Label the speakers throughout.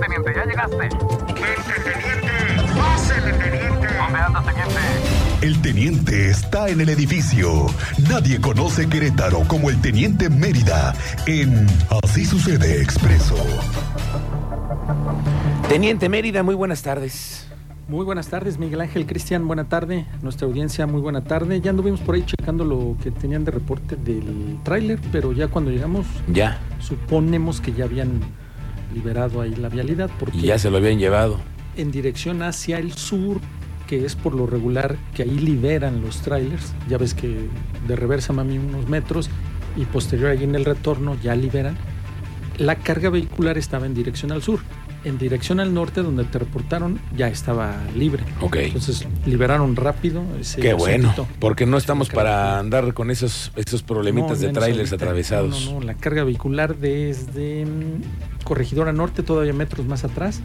Speaker 1: teniente, ya llegaste.
Speaker 2: ¡Vente, teniente! ¡Pásele, teniente!
Speaker 1: ¿Dónde anda, teniente?
Speaker 3: El teniente está en el edificio. Nadie conoce Querétaro como el teniente Mérida en Así sucede expreso.
Speaker 4: Teniente Mérida, muy buenas tardes.
Speaker 5: Muy buenas tardes, Miguel Ángel, Cristian, buena tarde. Nuestra audiencia, muy buena tarde. Ya anduvimos por ahí checando lo que tenían de reporte del tráiler, pero ya cuando llegamos
Speaker 4: Ya,
Speaker 5: suponemos que ya habían liberado ahí la vialidad, porque
Speaker 4: y ya se lo habían llevado.
Speaker 5: en dirección hacia el sur, que es por lo regular que ahí liberan los trailers, ya ves que de reversa mami unos metros y posterior ahí en el retorno ya liberan, la carga vehicular estaba en dirección al sur. En dirección al norte, donde te reportaron, ya estaba libre.
Speaker 4: Ok.
Speaker 5: Entonces liberaron rápido. Ese
Speaker 4: Qué bueno,
Speaker 5: asuntito.
Speaker 4: porque no estamos
Speaker 5: Carga
Speaker 4: para
Speaker 5: vehicular.
Speaker 4: andar con esos, esos problemitas
Speaker 5: No,
Speaker 4: de
Speaker 5: menos
Speaker 4: trailers
Speaker 5: ahorita.
Speaker 4: atravesados.
Speaker 5: No, no, no, la carga vehicular desde mm, Corregidora Norte, todavía metros más atrás,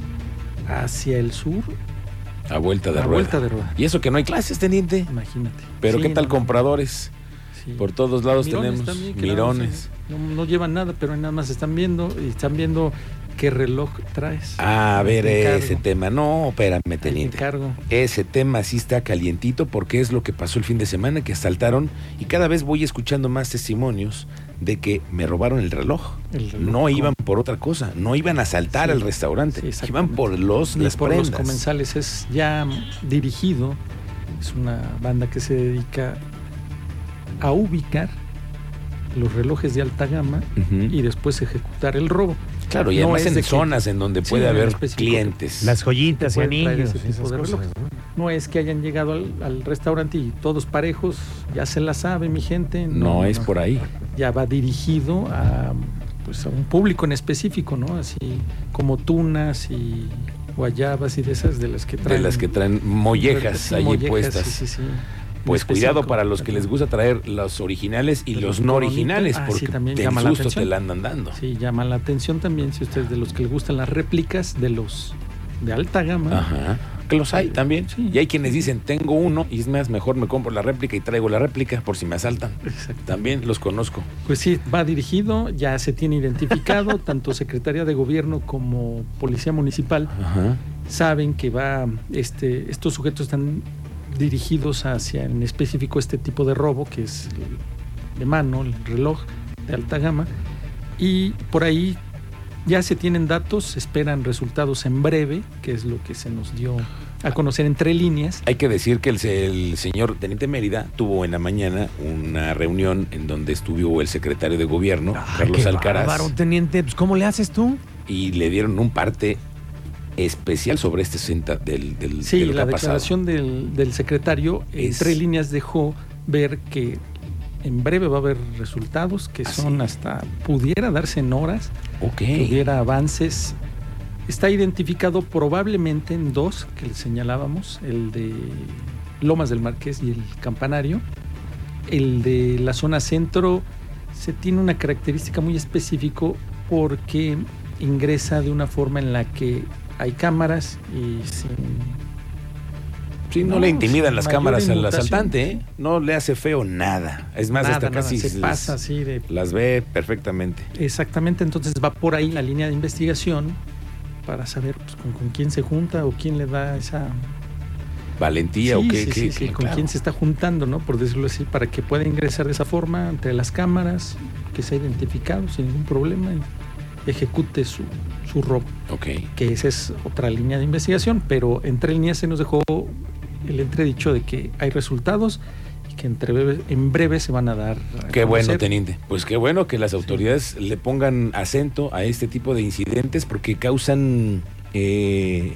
Speaker 5: hacia el sur,
Speaker 4: A vuelta de
Speaker 5: la
Speaker 4: rueda.
Speaker 5: vuelta de rueda.
Speaker 4: Y eso que no hay clases, teniente.
Speaker 5: Imagínate.
Speaker 4: Pero
Speaker 5: Sí,
Speaker 4: qué tal
Speaker 5: no,
Speaker 4: compradores.
Speaker 5: sí.
Speaker 4: Por todos lados
Speaker 5: Mirones
Speaker 4: tenemos
Speaker 5: también, que nada más,
Speaker 4: mirones.
Speaker 5: eh, No, no llevan nada, pero nada más están viendo y están viendo qué reloj traes.
Speaker 4: Ah, A ver
Speaker 5: Te encargo.
Speaker 4: ese tema. No, espérame,
Speaker 5: Ahí te
Speaker 4: teniente.
Speaker 5: encargo.
Speaker 4: Ese tema sí está calientito porque es lo que pasó el fin de semana que asaltaron y cada vez voy escuchando más testimonios de que me robaron el reloj.
Speaker 5: El reloj.
Speaker 4: No iban por otra cosa, no iban a asaltar
Speaker 5: Sí,
Speaker 4: al restaurante,
Speaker 5: sí,
Speaker 4: iban
Speaker 5: exactamente.
Speaker 4: por los
Speaker 5: Ni
Speaker 4: las
Speaker 5: por los
Speaker 4: prendas.
Speaker 5: comensales es ya dirigido. Es una banda que se dedica a ubicar los relojes de alta gama
Speaker 4: Ujú.
Speaker 5: y después ejecutar el robo.
Speaker 4: claro, y
Speaker 5: no
Speaker 4: además
Speaker 5: es de
Speaker 4: en
Speaker 5: que-
Speaker 4: zonas en donde
Speaker 5: Sí,
Speaker 4: puede
Speaker 5: en
Speaker 4: haber
Speaker 5: específico que-
Speaker 4: clientes.
Speaker 6: Las joyitas y
Speaker 5: Puede traer
Speaker 6: anillos.
Speaker 5: ese
Speaker 6: y esas
Speaker 5: tipo de
Speaker 6: cosas,
Speaker 5: reloj.
Speaker 6: ¿no?
Speaker 5: No es que hayan llegado al, al restaurante y todos parejos, ya se la sabe mi gente.
Speaker 4: no es por ahí.
Speaker 5: ya va dirigido a, pues, a un público en específico, ¿no? Así como tunas y guayabas y de esas de las que
Speaker 4: De
Speaker 5: traen.
Speaker 4: las que traen mollejas
Speaker 5: Sí,
Speaker 4: allí
Speaker 5: mollejas,
Speaker 4: puestas.
Speaker 5: sí, sí, sí.
Speaker 4: Pues
Speaker 5: En
Speaker 4: cuidado
Speaker 5: específico.
Speaker 4: para los que les gusta traer los originales y
Speaker 5: Pero
Speaker 4: los
Speaker 5: los
Speaker 4: no
Speaker 5: coronitas,
Speaker 4: originales,
Speaker 5: ah, sí,
Speaker 4: porque
Speaker 5: también
Speaker 4: te
Speaker 5: llama la
Speaker 4: insustos te
Speaker 5: atención.
Speaker 4: la andan dando.
Speaker 5: Sí, llama la atención también si ustedes de los que les gustan las réplicas de los de alta gama.
Speaker 4: Ajá. Que los hay también.
Speaker 5: Sí.
Speaker 4: Y hay quienes dicen, tengo uno y es más, mejor me compro la réplica y traigo la réplica por si me asaltan.
Speaker 5: Exacto.
Speaker 4: También los conozco.
Speaker 5: Pues sí, va dirigido, ya se tiene identificado, tanto Secretaría de Gobierno como Policía Municipal
Speaker 4: Ajá.
Speaker 5: saben que va, este, estos sujetos están dirigidos hacia en específico este tipo de robo, que es el de mano, el reloj de alta gama, y por ahí ya se tienen datos, se esperan resultados en breve, que es lo que se nos dio a conocer entre líneas.
Speaker 4: Hay que decir que el, se- el señor Teniente Mérida tuvo en la mañana una reunión en donde estuvo el secretario de gobierno,
Speaker 6: Ah,
Speaker 4: Carlos
Speaker 6: qué
Speaker 4: Alcaraz,
Speaker 6: bárbaro, teniente, pues, ¿cómo le haces tú?
Speaker 4: y le dieron un parte especial sobre este senta del, del
Speaker 5: Sí,
Speaker 4: de lo que
Speaker 5: la
Speaker 4: ha pasado.
Speaker 5: declaración del, del secretario
Speaker 4: Es-
Speaker 5: entre líneas dejó ver que en breve va a haber resultados que
Speaker 4: Ah,
Speaker 5: son
Speaker 4: sí.
Speaker 5: hasta, pudiera darse en horas,
Speaker 4: Ok.
Speaker 5: que hubiera avances. Está identificado probablemente en dos que le señalábamos, el de Lomas del Marqués y el Campanario. El de la zona centro se tiene una característica muy específica porque ingresa de una forma en la que hay cámaras y sin
Speaker 4: Sí, no,
Speaker 5: No,
Speaker 4: le intimidan
Speaker 5: sin
Speaker 4: las
Speaker 5: mayor
Speaker 4: cámaras al
Speaker 5: inmutación.
Speaker 4: asaltante, ¿eh? No le hace feo nada. Es más,
Speaker 5: nada,
Speaker 4: hasta
Speaker 5: nada,
Speaker 4: casi
Speaker 5: se
Speaker 4: les-
Speaker 5: pasa así de
Speaker 4: las ve perfectamente.
Speaker 5: Exactamente, entonces va por ahí la línea de investigación para saber pues, con, con quién se junta o quién le da esa...
Speaker 4: valentía o
Speaker 5: Sí,
Speaker 4: qué,
Speaker 5: sí,
Speaker 4: qué-
Speaker 5: sí, sí,
Speaker 4: qué-
Speaker 5: con
Speaker 4: claro.
Speaker 5: quién se está juntando, ¿no? Por decirlo así, para que pueda ingresar de esa forma ante las cámaras, que sea identificado sin ningún problema y ejecute su, su robo,
Speaker 4: Ok.
Speaker 5: que esa es otra línea de investigación, pero entre líneas se nos dejó el entredicho de que hay resultados y que entre breve- en breve se van a dar. a
Speaker 4: Qué bueno,
Speaker 5: conocer.
Speaker 4: teniente. Pues qué bueno que las autoridades le pongan acento a este tipo de incidentes porque causan eh,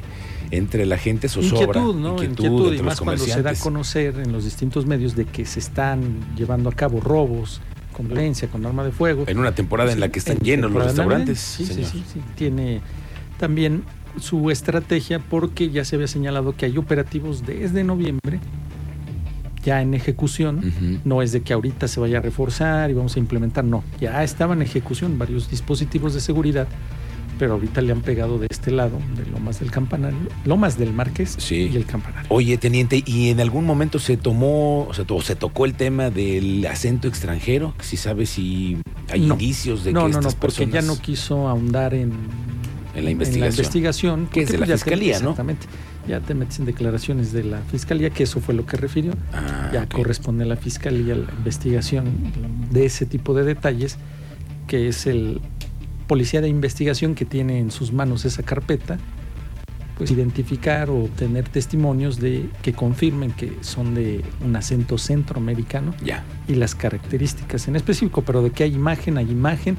Speaker 4: entre la gente zozobra,
Speaker 5: inquietud, ¿no? Inquietud, y
Speaker 4: entre los
Speaker 5: más cuando se da a
Speaker 4: comerciantes.
Speaker 5: conocer en los distintos medios de que se están llevando a cabo robos con violencia, con arma de fuego.
Speaker 4: En una temporada en la que están
Speaker 5: Sí,
Speaker 4: llenos los
Speaker 5: temporalmente,
Speaker 4: restaurantes.
Speaker 5: Sí, sí,
Speaker 4: señor.
Speaker 5: sí, sí. Tiene también su estrategia porque ya se había señalado que hay operativos desde noviembre ya en ejecución.
Speaker 4: Ujú.
Speaker 5: No es de que ahorita se vaya a reforzar y vamos a implementar, no. Ya estaban en ejecución varios dispositivos de seguridad, pero ahorita le han pegado de este lado, de Lomas del Campanario, Lomas del Marqués
Speaker 4: Sí.
Speaker 5: y el Campanario.
Speaker 4: Oye, teniente, ¿y en algún momento se tomó, o sea, to- se tocó el tema del acento extranjero? Si sabes si hay
Speaker 5: No.
Speaker 4: indicios de
Speaker 5: No,
Speaker 4: que
Speaker 5: no, no,
Speaker 4: estas
Speaker 5: porque
Speaker 4: personas...
Speaker 5: ya no quiso ahondar
Speaker 4: en
Speaker 5: en,
Speaker 4: la
Speaker 5: en la
Speaker 4: investigación.
Speaker 5: investigación.
Speaker 4: Que es
Speaker 5: porque,
Speaker 4: de la
Speaker 5: ya te-
Speaker 4: fiscalía, ¿no?
Speaker 5: Exactamente. Ya te metes en declaraciones de la fiscalía, que eso fue lo que refirió.
Speaker 4: Ah,
Speaker 5: ya
Speaker 4: ok.
Speaker 5: corresponde a la fiscalía la investigación de ese tipo de detalles, que es el policía de investigación que tiene en sus manos esa carpeta, pues identificar o obtener testimonios de que confirmen que son de un acento centroamericano
Speaker 4: Ya.
Speaker 5: y las características en específico, pero de que hay imagen, hay imagen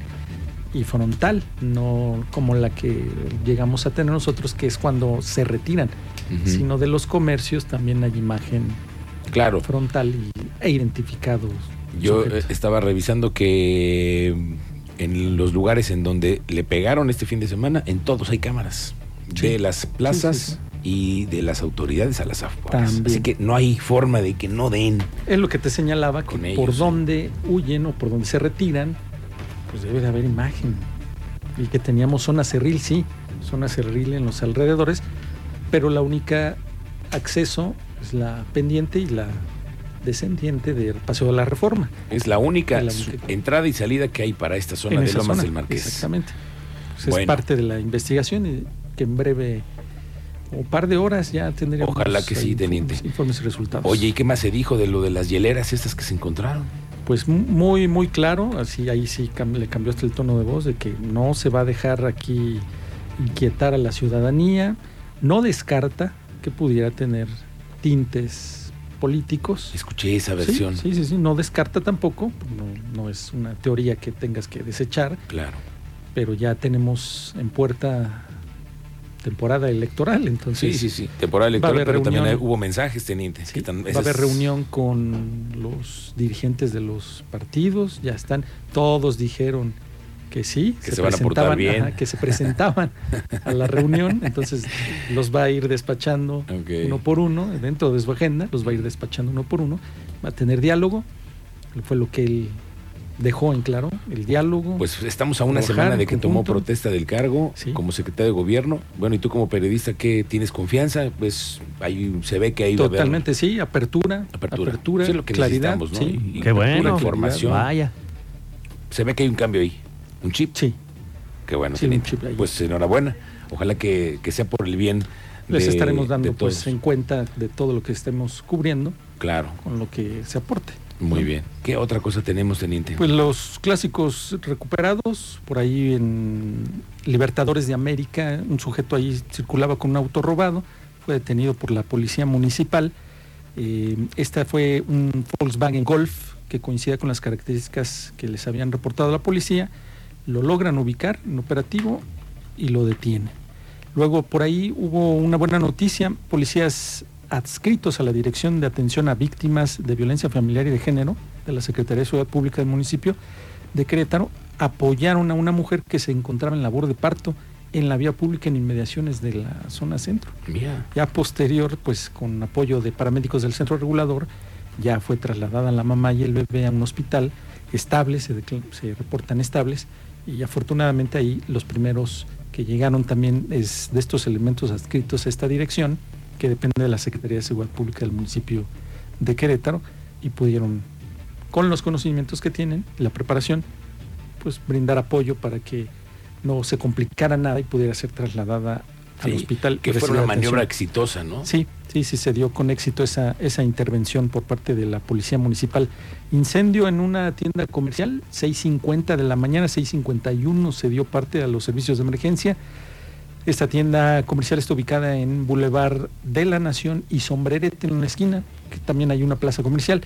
Speaker 5: y frontal, no como la que llegamos a tener nosotros, que es cuando se retiran,
Speaker 4: Ujú.
Speaker 5: sino de los comercios también hay imagen
Speaker 4: Claro.
Speaker 5: frontal y, e identificados.
Speaker 4: Yo eh,
Speaker 5: sujetos.
Speaker 4: estaba revisando que mm, en los lugares en donde le pegaron este fin de semana, en todos hay cámaras.
Speaker 5: Sí.
Speaker 4: De las plazas
Speaker 5: Sí, sí,
Speaker 4: y de las autoridades a las afueras.
Speaker 5: También.
Speaker 4: Así que no hay forma de que no den.
Speaker 5: Es lo que te señalaba, que
Speaker 4: Con ellos.
Speaker 5: por donde huyen o por donde se retiran, pues debe de haber imagen. Y que teníamos zona cerril, sí, zona cerril en los alrededores, pero la única acceso es la pendiente y la descendiente del Paseo de la Reforma.
Speaker 4: Es la única,
Speaker 5: Es la
Speaker 4: su-
Speaker 5: única.
Speaker 4: entrada y salida que hay para esta zona
Speaker 5: en
Speaker 4: de
Speaker 5: esa
Speaker 4: Lomas
Speaker 5: zona.
Speaker 4: del Marqués.
Speaker 5: Exactamente. Pues Es
Speaker 4: Bueno.
Speaker 5: parte de la investigación y que en breve, o par de horas, ya tendremos
Speaker 4: Ojalá que sí,
Speaker 5: ahí informes-
Speaker 4: teniente.
Speaker 5: Informes y resultados.
Speaker 4: Oye, ¿y qué más se dijo de lo de las hieleras estas que se encontraron?
Speaker 5: Pues mu- muy, muy claro, así ahí sí cam- le cambió hasta el tono de voz, de que no se va a dejar aquí inquietar a la ciudadanía, no descarta que pudiera tener tintes políticos.
Speaker 4: Escuché esa
Speaker 5: Sí,
Speaker 4: versión.
Speaker 5: Sí, sí, sí, no descarta tampoco, no, no es una teoría que tengas que desechar,
Speaker 4: Claro.
Speaker 5: pero ya tenemos en puerta temporada electoral, entonces
Speaker 4: Sí, sí, sí. Temporada electoral,
Speaker 5: haber
Speaker 4: pero también
Speaker 5: reunión.
Speaker 4: hay- hubo mensajes, teniente.
Speaker 5: Sí,
Speaker 4: que tan-
Speaker 5: va a
Speaker 4: esas-
Speaker 5: haber reunión con los dirigentes de los partidos, ya están, todos dijeron que sí,
Speaker 4: Que se van a portar
Speaker 5: presentaban,
Speaker 4: bien.
Speaker 5: que se presentaban a la reunión, entonces los va a ir despachando
Speaker 4: Ok.
Speaker 5: uno por uno, dentro de su agenda, los va a ir despachando uno por uno, va a tener diálogo, fue lo que él dejó en claro, el diálogo.
Speaker 4: Pues estamos a una
Speaker 5: Trabajar
Speaker 4: semana
Speaker 5: en
Speaker 4: de que tomó
Speaker 5: conjunto.
Speaker 4: protesta del cargo
Speaker 5: Sí.
Speaker 4: como secretario de gobierno. Bueno, y tú como periodista, ¿qué tienes confianza? Pues ahí se ve que ahí va a haber
Speaker 5: Totalmente, sí, apertura,
Speaker 4: apertura,
Speaker 5: apertura,
Speaker 4: Eso es lo que
Speaker 5: claridad,
Speaker 4: necesitamos, ¿no?
Speaker 5: sí.
Speaker 4: Y- y
Speaker 6: Qué bueno.
Speaker 4: información.
Speaker 6: Vaya.
Speaker 4: Se ve que hay un cambio ahí, un chip.
Speaker 5: sí.
Speaker 4: Qué bueno,
Speaker 5: Sí, un
Speaker 4: teniente.
Speaker 5: chip ahí.
Speaker 4: Pues enhorabuena. Ojalá que, que sea por el bien.
Speaker 5: Les
Speaker 4: de-
Speaker 5: estaremos
Speaker 4: de
Speaker 5: dando pues
Speaker 4: todos.
Speaker 5: en cuenta de todo lo que estemos cubriendo
Speaker 4: Claro,
Speaker 5: con lo que se aporte.
Speaker 4: muy bien. ¿Qué otra cosa tenemos, teniente?
Speaker 5: Pues los clásicos recuperados, por ahí en Libertadores de América, un sujeto ahí circulaba con un auto robado, fue detenido por la policía municipal. Eh, esta fue un Volkswagen Golf que coincide con las características que les habían reportado a la policía. Lo logran ubicar en operativo y lo detienen. Luego por ahí hubo una buena noticia, policías adscritos a la Dirección de Atención a Víctimas de Violencia Familiar y de Género de la Secretaría de Seguridad Pública del municipio de Querétaro apoyaron a una mujer que se encontraba en labor de parto en la vía pública en inmediaciones de la zona centro.
Speaker 4: Mira,
Speaker 5: Ya posterior, pues con apoyo de paramédicos del centro regulador, ya fue trasladada la mamá y el bebé a un hospital estable, se, decla- se reportan estables, y afortunadamente ahí los primeros que llegaron también es de estos elementos adscritos a esta dirección, que depende de la Secretaría de Seguridad Pública del municipio de Querétaro, y pudieron, con los conocimientos que tienen, la preparación, pues brindar apoyo para que no se complicara nada y pudiera ser trasladada al
Speaker 4: sí,
Speaker 5: hospital.
Speaker 4: Que
Speaker 5: y
Speaker 4: fue
Speaker 5: recibir
Speaker 4: una
Speaker 5: atención.
Speaker 4: maniobra exitosa, ¿no?
Speaker 5: Sí, sí, sí, se dio con éxito esa, esa intervención por parte de la Policía Municipal. Incendio en una tienda comercial, 6.50 de la mañana, 6.51 se dio parte a los servicios de emergencia. Esta tienda comercial está ubicada en Boulevard de la Nación y Sombrerete en una esquina, que también hay una plaza comercial,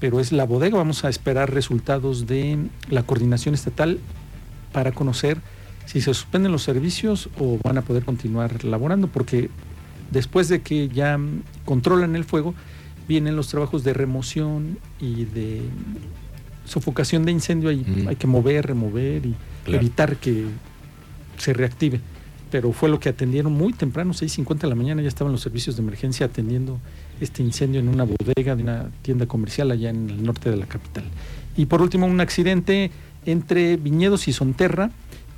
Speaker 5: pero es la bodega. Vamos a esperar resultados de la coordinación estatal para conocer si se suspenden los servicios o van a poder continuar laborando, porque después de que ya mm, controlan el fuego, vienen los trabajos de remoción y de mm, sofocación de incendio. Hay,
Speaker 4: Ujú.
Speaker 5: hay que mover, remover y
Speaker 4: Claro.
Speaker 5: evitar que se reactive. Pero fue lo que atendieron muy temprano, 6.50 de la mañana, ya estaban los servicios de emergencia atendiendo este incendio en una bodega de una tienda comercial allá en el norte de la capital. Y por último, un accidente entre Viñedos y Sonterra,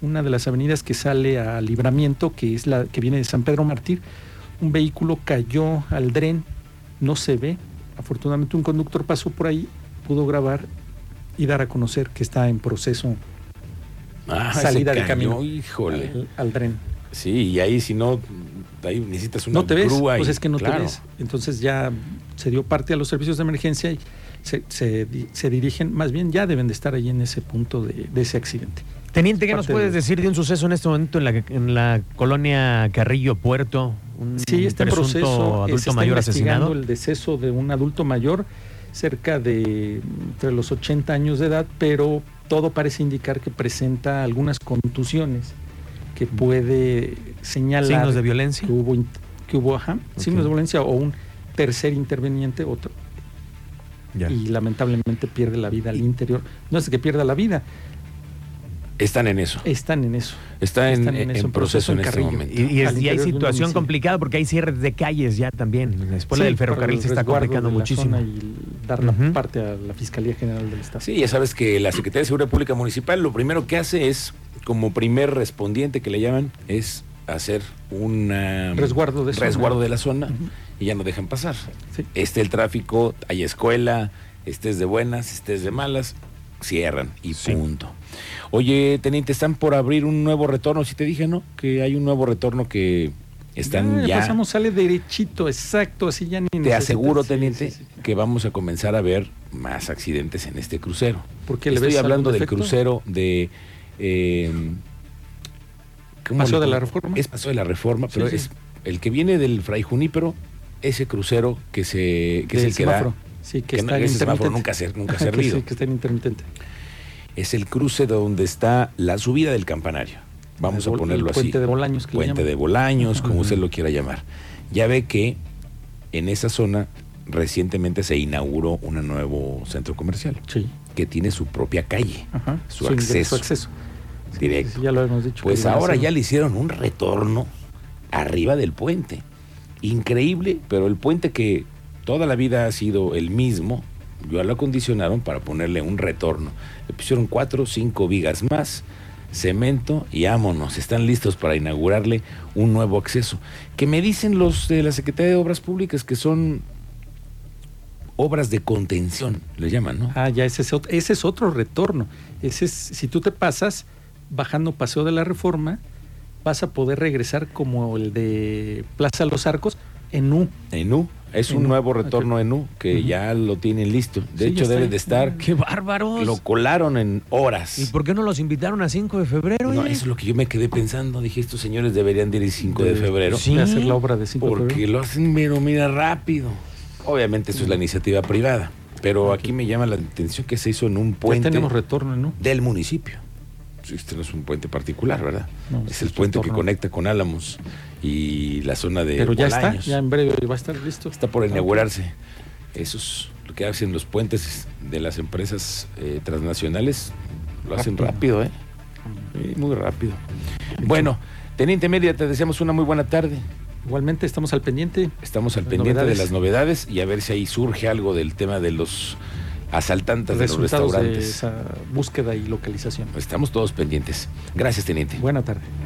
Speaker 5: una de las avenidas que sale a Libramiento, que es la que viene de San Pedro Mártir. Un vehículo cayó al dren, no se ve. Afortunadamente un conductor pasó por ahí, pudo grabar y dar a conocer que está en proceso
Speaker 4: Ah,
Speaker 5: Salida
Speaker 4: se
Speaker 5: de
Speaker 4: cayó,
Speaker 5: camino.
Speaker 4: Híjole.
Speaker 5: al, al dren.
Speaker 4: Sí, y ahí si no, ahí necesitas una
Speaker 5: no te ves,
Speaker 4: grúa y-
Speaker 5: pues es que no te
Speaker 4: claro.
Speaker 5: ves. Entonces ya se dio parte a los servicios de emergencia y se, se di- se dirigen, más bien ya deben de estar ahí en ese punto de, de ese accidente.
Speaker 6: Teniente, ¿qué nos
Speaker 5: Parte
Speaker 6: puedes
Speaker 5: de-
Speaker 6: decir de un suceso en este momento en la, en la colonia Carrillo Puerto? Un
Speaker 5: Sí, este
Speaker 6: Mm, presunto
Speaker 5: proceso eh, se
Speaker 6: adulto
Speaker 5: está
Speaker 6: mayor
Speaker 5: investigando
Speaker 6: asesinado.
Speaker 5: el deceso de un adulto mayor cerca de mm, entre los 80 años de edad, pero todo parece indicar que presenta algunas contusiones que puede señalar
Speaker 6: Signos de violencia.
Speaker 5: que hubo, int- que hubo ajá, signos
Speaker 6: Ok.
Speaker 5: de violencia o un tercer interveniente, otro,
Speaker 6: Ya.
Speaker 5: y lamentablemente pierde la vida al interior. No es que pierda la vida,
Speaker 4: Están en eso.
Speaker 5: están en eso.
Speaker 4: Está en,
Speaker 5: están en
Speaker 4: en
Speaker 5: eso, en
Speaker 4: proceso
Speaker 5: proceso en
Speaker 4: en este
Speaker 5: Carrillo.
Speaker 4: momento.
Speaker 6: Y, y es-
Speaker 5: al
Speaker 6: y hay
Speaker 5: interior de un
Speaker 6: situación
Speaker 5: domicilio.
Speaker 6: complicada porque hay cierres de calles ya también. La
Speaker 4: Pues
Speaker 6: escuela
Speaker 5: Sí,
Speaker 6: del
Speaker 5: para
Speaker 6: ferrocarril
Speaker 5: el
Speaker 6: se está
Speaker 5: resguardo
Speaker 6: complicando
Speaker 5: de la
Speaker 6: muchísimo.
Speaker 5: zona y dar la
Speaker 6: Ujú.
Speaker 5: parte a la Fiscalía General del Estado.
Speaker 4: Sí, ya sabes que la Secretaría de Seguridad Pública Municipal lo primero que hace es, como primer respondiente que le llaman, es hacer un
Speaker 5: Resguardo de zona.
Speaker 4: resguardo de la zona
Speaker 5: Ujú.
Speaker 4: y ya no dejan pasar.
Speaker 5: Sí.
Speaker 4: Esté el tráfico, hay escuela, estés de buenas, estés de malas, cierran y punto. Oye, teniente, están por abrir un nuevo retorno, si te dije, ¿no? Que hay un nuevo retorno que están ya...
Speaker 5: Pasamos, sale derechito, exacto, así ya ni
Speaker 4: Te
Speaker 5: necesitas-
Speaker 4: aseguro,
Speaker 5: sí,
Speaker 4: teniente,
Speaker 5: sí, sí.
Speaker 4: que vamos a comenzar a ver más accidentes en este crucero.
Speaker 5: ¿Por qué le
Speaker 4: Estoy
Speaker 5: ves
Speaker 4: hablando
Speaker 5: algún
Speaker 4: del
Speaker 5: defecto?
Speaker 4: crucero de. eh, ¿cómo
Speaker 5: ¿Paseo
Speaker 4: le-
Speaker 5: de la Reforma?
Speaker 4: Es Paseo de la Reforma,
Speaker 5: Sí,
Speaker 4: pero
Speaker 5: sí.
Speaker 4: es el que viene del Fray Junípero, ese crucero que se que es
Speaker 5: Del
Speaker 4: el que da-
Speaker 5: semáforo. Sí, que,
Speaker 4: que no-
Speaker 5: está
Speaker 4: ese semáforo
Speaker 5: intermitente.
Speaker 4: nunca se- nunca ha
Speaker 5: Que
Speaker 4: servido.
Speaker 5: sí, que está en intermitente.
Speaker 4: Es el cruce donde está la subida del campanario. Vamos
Speaker 5: El
Speaker 4: a
Speaker 5: bol-
Speaker 4: ponerlo
Speaker 5: el
Speaker 4: así.
Speaker 5: Puente de Bolaños, que le
Speaker 4: Puente
Speaker 5: llaman.
Speaker 4: de Bolaños, como
Speaker 6: Ujú.
Speaker 4: usted lo quiera llamar. Ya ve que en esa zona recientemente se inauguró un nuevo centro comercial
Speaker 5: Sí.
Speaker 4: que tiene su propia calle
Speaker 5: Ajá.
Speaker 4: Su
Speaker 5: ingreso,
Speaker 4: acceso.
Speaker 5: acceso. Ah, Sí,
Speaker 4: directo.
Speaker 5: sí, sí, ya lo hemos dicho.
Speaker 4: Pues
Speaker 5: que iban a
Speaker 4: ahora
Speaker 5: hacer.
Speaker 4: ya le hicieron un retorno arriba del puente. Increíble, pero el puente que toda la vida ha sido el mismo, ya lo acondicionaron para ponerle un retorno. Le pusieron cuatro, cinco vigas más, cemento y ámonos. Están listos para inaugurarle un nuevo acceso. Que me dicen los de la Secretaría de Obras Públicas que son obras de contención, le llaman, ¿no?
Speaker 5: Ah, ya ese es, ot- ese es otro retorno. Ese es, si tú te pasas bajando Paseo de la Reforma, vas a poder regresar como el de Plaza Los Arcos en U.
Speaker 4: En U. Es un
Speaker 5: En U.
Speaker 4: nuevo retorno en U que
Speaker 5: Ujú.
Speaker 4: ya lo tienen listo. De
Speaker 5: Sí, ya
Speaker 4: hecho,
Speaker 5: está.
Speaker 4: debe de estar.
Speaker 6: ¡Qué bárbaros!
Speaker 4: Lo colaron en
Speaker 6: ¿Y
Speaker 4: horas.
Speaker 6: por qué no los invitaron a 5 de febrero? eh?
Speaker 4: No,
Speaker 6: oye?
Speaker 4: eso es lo que yo me quedé pensando. Dije, estos señores deberían de ir el 5 de febrero.
Speaker 6: Sí.
Speaker 5: De hacer la obra de 5 de
Speaker 4: Porque
Speaker 5: febrero.
Speaker 4: lo hacen, pero mira, rápido. Obviamente, eso es la iniciativa privada. Pero aquí me llama la atención que se hizo en un
Speaker 5: Ya
Speaker 4: puente
Speaker 5: tenemos retorno en U.
Speaker 4: del municipio. Sí, Este no es un puente particular, ¿verdad?
Speaker 5: No,
Speaker 4: es
Speaker 5: es
Speaker 4: el
Speaker 5: un
Speaker 4: puente que
Speaker 5: retorno.
Speaker 4: conecta con Álamos y la zona de
Speaker 5: Pero ya
Speaker 4: Bolaños.
Speaker 5: está, ya en breve va a estar listo.
Speaker 4: Está por inaugurarse. Eso es lo que hacen los puentes de las empresas eh, transnacionales. Lo hacen rápido, ¿eh? Sí, Muy rápido. Bueno, Teniente Mérida, te deseamos una muy buena tarde.
Speaker 5: Igualmente estamos al pendiente.
Speaker 4: Estamos al
Speaker 5: Las
Speaker 4: pendiente de
Speaker 5: novedades.
Speaker 4: las novedades y a ver si ahí surge algo del tema de los asaltantes de los
Speaker 5: resultados de
Speaker 4: restaurantes.
Speaker 5: esa búsqueda y localización.
Speaker 4: Estamos todos pendientes. Gracias, Teniente.
Speaker 5: Buena tarde.